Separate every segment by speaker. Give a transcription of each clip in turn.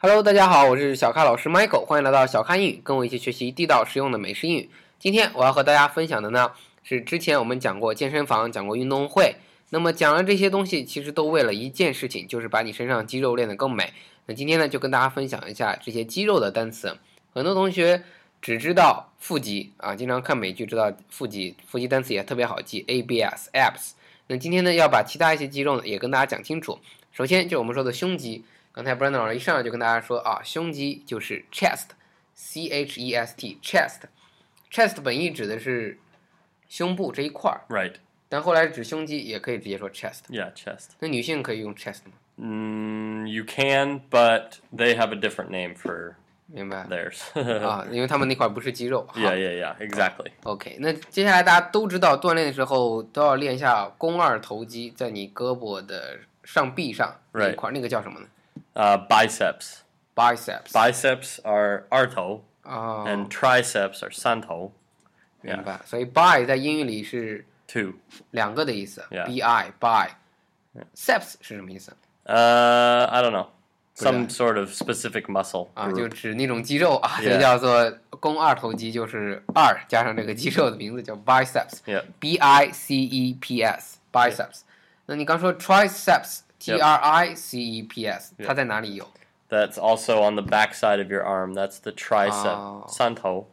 Speaker 1: Hello，大家好，我是小咖老师 Michael，欢迎来到小咖英语，跟我一起学习地道实用的美式英语。今天我要和大家分享的呢是之前我们讲过健身房，讲过运动会，那么讲了这些东西，其实都为了一件事情，就是把你身上肌肉练得更美。那今天呢，就跟大家分享一下这些肌肉的单词。很多同学只知道腹肌啊，经常看美剧知道腹肌，腹肌单词也特别好记，abs、abs。那今天呢，要把其他一些肌肉呢也跟大家讲清楚。首先就是我们说的胸肌。刚才 Brandon 老师一上来就跟大家说啊，胸肌就是 chest，c h e s t，chest，chest 本意指的是胸部这一块儿，
Speaker 2: Right.
Speaker 1: 但后来指胸肌也可以直接说 chest。
Speaker 2: Yeah, chest.
Speaker 1: 那女性可以用 chest 吗？
Speaker 2: Mm, you can, but they have a different name for
Speaker 1: 明白
Speaker 2: theirs.
Speaker 1: 啊，因为他们那块儿不是肌肉。好
Speaker 2: yeah, yeah, yeah. Exactly.
Speaker 1: OK，那接下来大家都知道，锻炼的时候都要练一下肱二头肌，在你胳膊的上臂上那一
Speaker 2: Right
Speaker 1: 块儿，那个叫什么呢
Speaker 2: Uh, biceps.
Speaker 1: ？biceps。
Speaker 2: Biceps are arto,
Speaker 1: 哦，
Speaker 2: and triceps are santo.
Speaker 1: 明白。所以 bi 在英语里是
Speaker 2: Two.
Speaker 1: 两个的意思
Speaker 2: Yeah
Speaker 1: bi bi。seps 是什么意思
Speaker 2: Uh, I don't know.
Speaker 1: Yeah. Ah,
Speaker 2: Some sort of specific muscle.
Speaker 1: 啊？就
Speaker 2: group.
Speaker 1: 指那种肌肉啊，就
Speaker 2: Yeah
Speaker 1: 叫做肱二头肌，就是二加上这个肌肉的名字叫 biceps。
Speaker 2: Yeah.
Speaker 1: B I C E P S biceps。那你刚说 triceps T R I C E P S，它在哪里有？
Speaker 2: That's also on the backside of your arm. That's the tricep.
Speaker 1: Oh.
Speaker 2: Santo.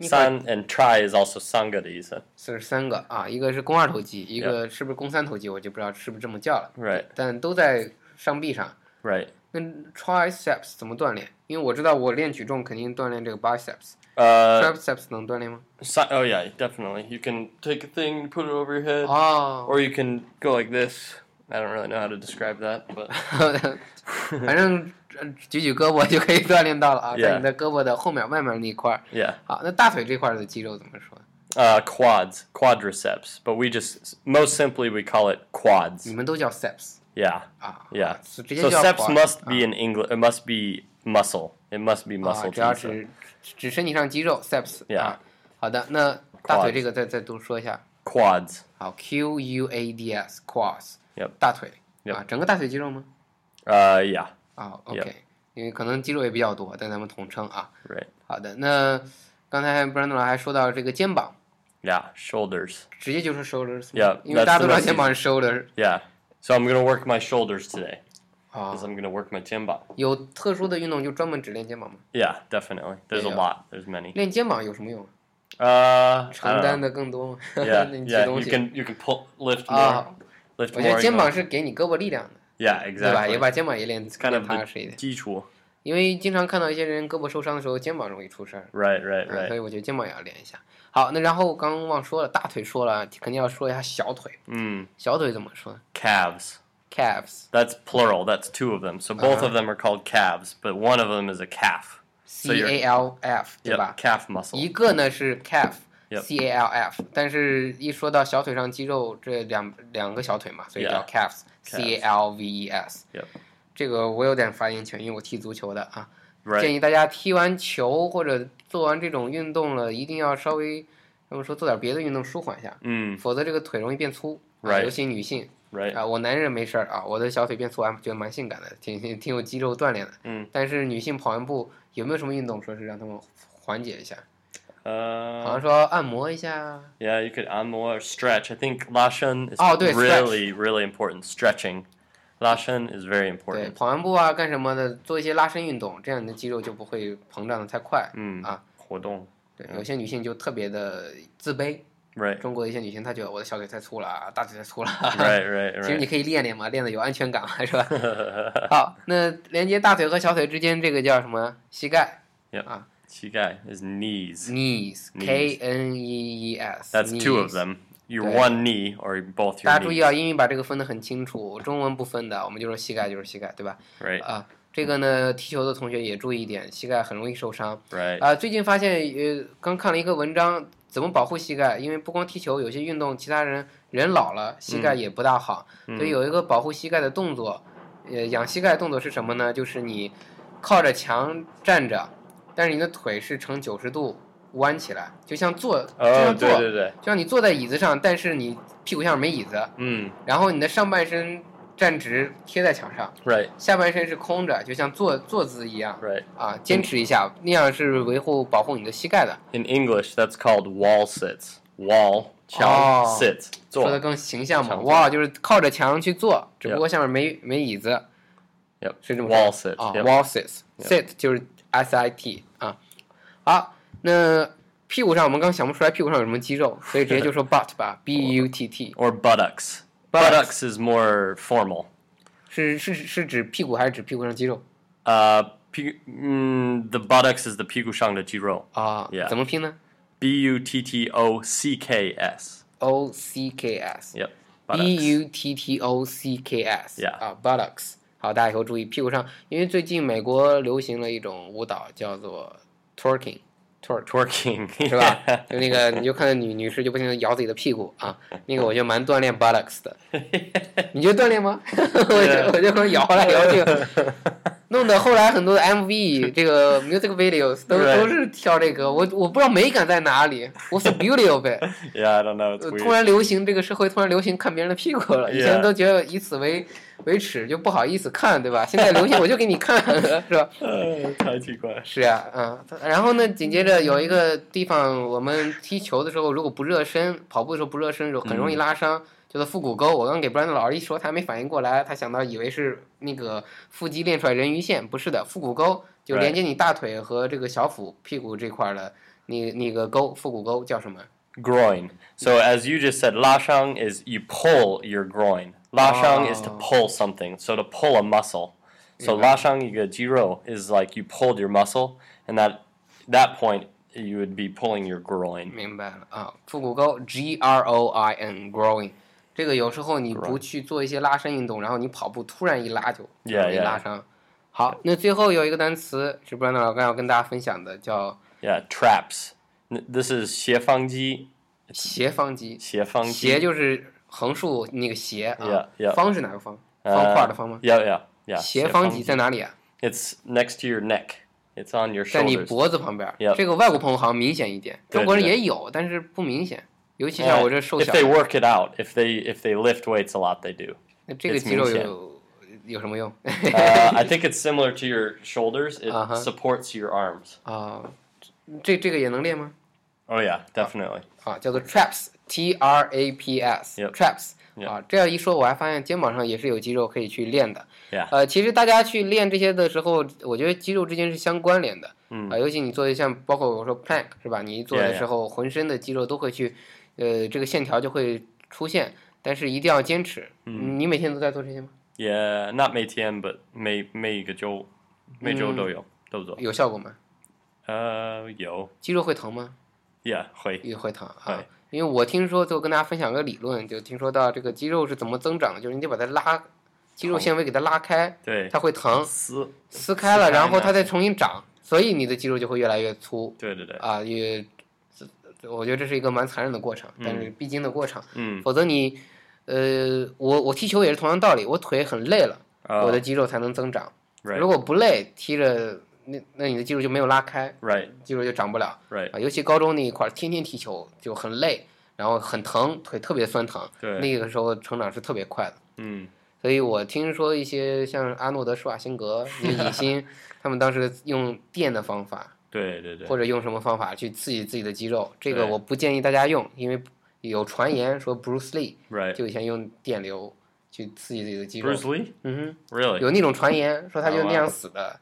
Speaker 2: San and tri is also sangarisa.
Speaker 1: 四十三个啊，一个是肱二头肌，一个是不是肱三头肌，我就不知道是不是这么叫了，
Speaker 2: Right.
Speaker 1: 但都在上臂上。
Speaker 2: Right.
Speaker 1: 那 triceps 怎么锻炼？因为我知道我练举重肯定锻炼这个 biceps，triceps
Speaker 2: Uh,
Speaker 1: 能锻炼吗？
Speaker 2: Si- oh yeah, definitely. You can take a thing, put it over
Speaker 1: Oh,
Speaker 2: your head,
Speaker 1: 哦，
Speaker 2: or you can go like this. I don't really know how to describe that, but
Speaker 1: 反正呃举举胳膊就可以锻炼到了啊，在
Speaker 2: Yeah
Speaker 1: 你的胳膊的后面外面那一块儿。
Speaker 2: yeah,
Speaker 1: 好，那大腿这块儿的肌肉怎么说？
Speaker 2: uh, quads, quadriceps. But we just most simply we call it
Speaker 1: 你
Speaker 2: quads.
Speaker 1: 们都叫 seps
Speaker 2: Yeah,
Speaker 1: 啊
Speaker 2: yeah.
Speaker 1: 直
Speaker 2: So
Speaker 1: 接叫
Speaker 2: seps
Speaker 1: quad Oh.
Speaker 2: must
Speaker 1: 啊
Speaker 2: be in English. It must be muscle. It must be
Speaker 1: 啊，
Speaker 2: muscle.
Speaker 1: 只要
Speaker 2: to use
Speaker 1: 指指身体上肌肉 seps
Speaker 2: Yeah
Speaker 1: 啊。好的，那大腿
Speaker 2: Quads
Speaker 1: 这个再再多说一下。
Speaker 2: it. Quads.
Speaker 1: 好，Q U A D S quads
Speaker 2: Yep
Speaker 1: 大腿
Speaker 2: Yep
Speaker 1: 啊，整个大腿肌肉吗？
Speaker 2: Uh, yeah,
Speaker 1: 啊
Speaker 2: Yep
Speaker 1: ，OK，因为可能肌肉也比较多，但咱们统称啊。
Speaker 2: right.
Speaker 1: 好的，那刚才 Brandon 老师还说到这个肩膀，
Speaker 2: Yeah, shoulders.
Speaker 1: 直接就是 shoulders，嘛
Speaker 2: Yeah，
Speaker 1: 因为大家
Speaker 2: that's
Speaker 1: 都知道
Speaker 2: the
Speaker 1: 肩膀是 shoulders
Speaker 2: Yeah. So I'm gonna work my shoulders today
Speaker 1: 啊
Speaker 2: because。I'm gonna work my jimba.
Speaker 1: 有特殊的运动就专门只练肩膀吗？
Speaker 2: Yeah, definitely. There's
Speaker 1: Yeah.
Speaker 2: a lot. There's many.
Speaker 1: 练肩膀有什么用啊？
Speaker 2: Uh, I
Speaker 1: 承
Speaker 2: don't know.
Speaker 1: 担的更多吗？
Speaker 2: 呃 yeah,
Speaker 1: 你举
Speaker 2: yeah.
Speaker 1: 东
Speaker 2: You
Speaker 1: 西
Speaker 2: can you can pull lift more,
Speaker 1: 啊，
Speaker 2: lift
Speaker 1: 我觉
Speaker 2: more.
Speaker 1: 得
Speaker 2: you
Speaker 1: 肩
Speaker 2: know.
Speaker 1: 膀是给你胳膊力量的，
Speaker 2: Yeah,
Speaker 1: 对吧？
Speaker 2: exactly.
Speaker 1: 也把肩膀也练
Speaker 2: kind
Speaker 1: 练
Speaker 2: of
Speaker 1: 踏实一
Speaker 2: the
Speaker 1: 点，
Speaker 2: 基础.
Speaker 1: 因为经常看到一些人胳膊受伤的时候，肩膀容易出事儿。
Speaker 2: Right, right,
Speaker 1: 嗯所
Speaker 2: right.
Speaker 1: 以我觉得肩膀也要练一下。好，那然后刚刚忘说了，大腿说了，肯定要说一下小腿。
Speaker 2: Mm.
Speaker 1: 小腿怎么说
Speaker 2: Calves.
Speaker 1: ？Calves。
Speaker 2: That's plural. That's two of them. So
Speaker 1: Uh-huh.
Speaker 2: both of them are called calves, but one of them is a calf.
Speaker 1: C
Speaker 2: So you're-
Speaker 1: A L F 对
Speaker 2: Yep,
Speaker 1: 吧？
Speaker 2: calf
Speaker 1: 一
Speaker 2: muscle.
Speaker 1: 个呢是
Speaker 2: Yep
Speaker 1: calf，C A L F，但是一说到小腿上肌肉，这两两个小腿嘛，所以叫 calves，C A L V E S。
Speaker 2: Yep
Speaker 1: 这个我有点发言权，因为我踢足球的啊。建
Speaker 2: Right.
Speaker 1: 议大家踢完球或者做完这种运动了，一定要稍微怎么说，做点别的运动舒缓一下，
Speaker 2: Mm.
Speaker 1: 否则这个腿容易变粗。啊
Speaker 2: Right
Speaker 1: 尤其女性
Speaker 2: Right.
Speaker 1: 啊，我男人没事儿啊，我的小腿变粗，还觉得蛮性感的，挺挺挺有肌肉锻炼的。
Speaker 2: 嗯，
Speaker 1: 但是女性跑完步有没有什么运动说是让她们缓解一下？好
Speaker 2: 嗯 Uh,
Speaker 1: 像说按摩一下
Speaker 2: yeah, you could anmo or stretch. I think lashan is
Speaker 1: Oh, do it,
Speaker 2: really, really important. Stretching. Lashan is very
Speaker 1: 对，
Speaker 2: important.
Speaker 1: 跑完步啊，干什么的，做一些拉伸运动，这样你的肌肉就不会膨胀的太快。
Speaker 2: Mm.
Speaker 1: Ah. 对，有些女性就特别的自卑，
Speaker 2: Right.
Speaker 1: 中国的一些女性她觉得我的小腿太粗了啊，大腿太粗了。
Speaker 2: Right, 嗯 right,
Speaker 1: 其实你
Speaker 2: right.
Speaker 1: 可以练练嘛，练的有安全感嘛， 是吧？好，那连接大腿和小腿之间这个叫什么？膝盖
Speaker 2: Chigai is knees.
Speaker 1: ，knees，k n e e s。
Speaker 2: That's two of them. Your one knee or both
Speaker 1: 大家
Speaker 2: your
Speaker 1: 注
Speaker 2: knees.
Speaker 1: 意啊，英语把这个分得很清楚，中文不分的，我们就说膝盖就是膝盖，对吧？
Speaker 2: Right,
Speaker 1: 啊，这个呢，踢球的同学也注意一点，膝盖很容易受伤。
Speaker 2: right.
Speaker 1: 啊，最近发现，呃，刚看了一个文章，怎么保护膝盖？因为不光踢球，有些运动，其他人人老了，膝
Speaker 2: 嗯
Speaker 1: 盖也不大好，
Speaker 2: Hmm.
Speaker 1: 所以有一个保护膝盖的动作。呃，养膝盖动作是什么呢？就是你靠着墙站着，但是你的腿是呈九十度弯起来，就像坐，就
Speaker 2: Oh, 哦
Speaker 1: 像坐，就像你坐在椅子上，但是你屁股下面没椅子，
Speaker 2: Hmm, 对对对，嗯，
Speaker 1: 然后你的上半身站直贴在墙上，
Speaker 2: Right.
Speaker 1: 下半身是空着，就像坐坐姿一样
Speaker 2: Right.
Speaker 1: 啊，坚持一下，那样是维护保护你的膝盖的。
Speaker 2: In English, that's called wall sits. Wall. 墙
Speaker 1: Oh.
Speaker 2: sits.
Speaker 1: 说的
Speaker 2: 坐.
Speaker 1: 更形象嘛，
Speaker 2: 墙坐
Speaker 1: 哇，就是靠着墙去坐，只不过下面没没椅子，
Speaker 2: Yep.
Speaker 1: 是这么
Speaker 2: Wall
Speaker 1: 说
Speaker 2: sit.
Speaker 1: 啊
Speaker 2: Yep.
Speaker 1: ，wall sit sit 就是 s i t 啊。好，那屁股上我们刚想不出来屁股上有什么肌肉，所以直接 就说 butt 吧，b u t t
Speaker 2: Or buttocks. Buttocks is more formal.
Speaker 1: 是是是指屁股还是指屁股上肌肉
Speaker 2: Uh, pi- mm, the buttocks is the pigushang de jiro.
Speaker 1: 啊
Speaker 2: Yeah
Speaker 1: 怎么拼呢
Speaker 2: B U T T O C K S.
Speaker 1: ？o c k s
Speaker 2: Yep.
Speaker 1: b
Speaker 2: Buttocks.
Speaker 1: u t t o c k s
Speaker 2: Yeah
Speaker 1: 啊 buttocks。好，大家以后注意屁股上，因为最近美国流行了一种舞蹈叫做 twerking。twerk
Speaker 2: Twerking.
Speaker 1: 是 吧？就那个，你就看到女女士就不停的摇自己的屁股啊，那个我觉得蛮锻炼 buttocks 的。 你觉得锻炼吗？ 我
Speaker 2: 对
Speaker 1: 就我就可能摇来摇去，弄得后来很多的 MV 这个 music videos 都
Speaker 2: 对
Speaker 1: 都是跳这个，我我不知道美感在哪里。What's the beauty of it？
Speaker 2: yeah, I don't know. It's
Speaker 1: 呃
Speaker 2: weird.
Speaker 1: 突然流行这个社会突然流行看别人的屁股了，以前
Speaker 2: Yeah
Speaker 1: 都觉得以此为为耻，就不好意思看，对吧？现在流行我就给你看，是吧？
Speaker 2: 太奇怪。
Speaker 1: 是呀、啊，嗯，然后呢，紧接着有一个地方，我们踢球的时候如果不热身，跑步的时候不热身，很容易拉伤，就是腹股沟。我刚给 Brandon 老师一说，他还没反应过来，他想到以为是那个腹肌练出来人鱼线，不是的，腹股沟就
Speaker 2: Right
Speaker 1: 连接你大腿和这个小腹、屁股这块儿的那那个沟，腹股沟叫什么？
Speaker 2: groin. So as you just said, lashang is you pull your groin. Lashang is to
Speaker 1: Oh.
Speaker 2: pull something. So to pull a muscle. So
Speaker 1: Yeah.
Speaker 2: lashang yiga jiro is like you pulled your muscle, and that that point you would be pulling your groin.
Speaker 1: 明白了啊，腹股沟 G R O I N growing，这个有时候你不去做一些拉伸运动，然后你跑步突然一拉就就
Speaker 2: Yeah,
Speaker 1: 容易拉伤。好，那最后有一个单词是 Brandon 老师刚要跟大家分享的，叫
Speaker 2: Yeah, traps. N- This is 斜方肌,
Speaker 1: 斜方肌。
Speaker 2: 斜方肌.
Speaker 1: 斜就是横竖那个斜啊
Speaker 2: Yeah, yeah
Speaker 1: 方是哪个方？
Speaker 2: 呃，
Speaker 1: 方块的方吗？
Speaker 2: uh, Yeah, yeah, yeah.
Speaker 1: 斜方肌在哪里啊？
Speaker 2: It's next to your neck. It's on your
Speaker 1: 在你
Speaker 2: shoulders.
Speaker 1: 脖子旁边
Speaker 2: Yeah。
Speaker 1: 这个外国朋友好像明显一点，
Speaker 2: 对
Speaker 1: 中国人
Speaker 2: 对
Speaker 1: 也有，但是不明显。尤其
Speaker 2: Yeah,
Speaker 1: 像我这瘦
Speaker 2: if
Speaker 1: 小
Speaker 2: they，work it out, if they if they lift weights a lot, they do.
Speaker 1: 那这个
Speaker 2: it's
Speaker 1: 肌肉
Speaker 2: 明显
Speaker 1: 有有什么用？
Speaker 2: Uh, I think it's similar to your shoulders. It
Speaker 1: Uh-huh.
Speaker 2: supports your arms.
Speaker 1: 啊，这这个也能练吗？
Speaker 2: Oh yeah, definitely.
Speaker 1: 啊，叫做 traps，T R A P
Speaker 2: Yep.
Speaker 1: S，traps。
Speaker 2: Yep.
Speaker 1: 啊，这样一说，我还发现肩膀上也是有肌肉可以去练的。
Speaker 2: Yeah.
Speaker 1: 呃，其实大家去练这些的时候，我觉得肌肉之间是相关联的。
Speaker 2: 嗯
Speaker 1: 啊、尤其你做一项，包括我说 plank 是吧？你一做
Speaker 2: Yeah,
Speaker 1: 的
Speaker 2: yeah.
Speaker 1: 时候浑身的肌肉都会去，呃，这个线条就会出现。但是一定要坚持。嗯，你每天都在做这些吗？
Speaker 2: Yeah, not Meitian, but May May Gajo May Joe
Speaker 1: Mm.
Speaker 2: Doyo. Dozo.
Speaker 1: 有效果吗？
Speaker 2: Uh yo.
Speaker 1: 肌肉会疼吗？
Speaker 2: Yeah, Hui.
Speaker 1: 也会疼啊
Speaker 2: 对。
Speaker 1: 因为我听说，就跟大家分享个理论，就听说到这个肌肉是怎么增长的，就是你得把它拉，肌肉纤维给它拉开，
Speaker 2: 对
Speaker 1: 它会疼，
Speaker 2: 撕
Speaker 1: 撕开了，
Speaker 2: 撕开
Speaker 1: 然后它
Speaker 2: 呢
Speaker 1: 再重新长，所以你的肌肉就会越来越粗
Speaker 2: 对对对，
Speaker 1: 啊，越，我觉得这是一个蛮残忍的过程，但是必经的过程，
Speaker 2: 嗯，
Speaker 1: 否则你，呃，我我踢球也是同样道理，我腿很累了，
Speaker 2: Uh,
Speaker 1: 我的肌肉才能增长，
Speaker 2: 啊 right,
Speaker 1: 如果不累，踢着那那你的肌肉就没有拉开，
Speaker 2: right,
Speaker 1: 肌肉就长不了。
Speaker 2: right.
Speaker 1: 啊，尤其高中那一块儿，天天踢球就很累，然后很疼，腿特别酸疼。
Speaker 2: 对
Speaker 1: 那个时候成长是特别快的。
Speaker 2: 嗯，
Speaker 1: 所以我听说一些像阿诺德·施瓦辛格、 那个影星，他们当时用电的方法，
Speaker 2: 对对对
Speaker 1: 或者用什么方法去刺激自己的肌肉，这个
Speaker 2: 对
Speaker 1: 我不建议大家用，因为有传言说 Bruce Lee
Speaker 2: ，right.
Speaker 1: 就以前用电流去刺激自己的肌肉。
Speaker 2: Bruce Lee?
Speaker 1: 嗯哼，
Speaker 2: Really?
Speaker 1: 有那种传言说他就
Speaker 2: 好吧
Speaker 1: 那样死的，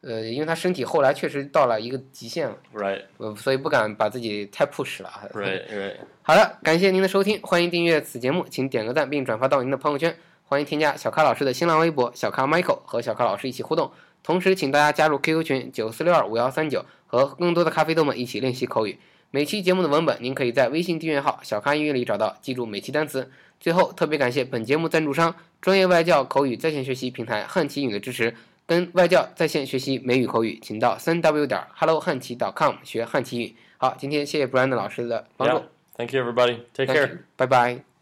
Speaker 1: 呃，因为他身体后来确实到了一个极限了，
Speaker 2: Right,
Speaker 1: 呃，所以不敢把自己太 push 了啊。
Speaker 2: right,
Speaker 1: Uh-huh.
Speaker 2: right.
Speaker 1: 好的，感谢您的收听，欢迎订阅此节目，请点个赞并转发到您的朋友圈，欢迎添加小咖老师的新浪微博小咖 Michael 和小咖老师一起互动，同时请大家加入 QQ 群九四六二五幺三九，和更多的咖啡豆们一起练习口语。每期节目的文本您可以在微信订阅号“小咖英语”里找到，记住每期单词。最后，特别感谢本节目赞助商专业外教口语在线学习平台汉奇语的支持。跟外教在线学习美语口语，请到三 w 点 hello 汉奇 .com 学汉奇语。好，今天谢谢 Brand 老师的帮助
Speaker 2: Yeah. Thank you everybody. Take
Speaker 1: Thank
Speaker 2: care.
Speaker 1: you. Bye bye.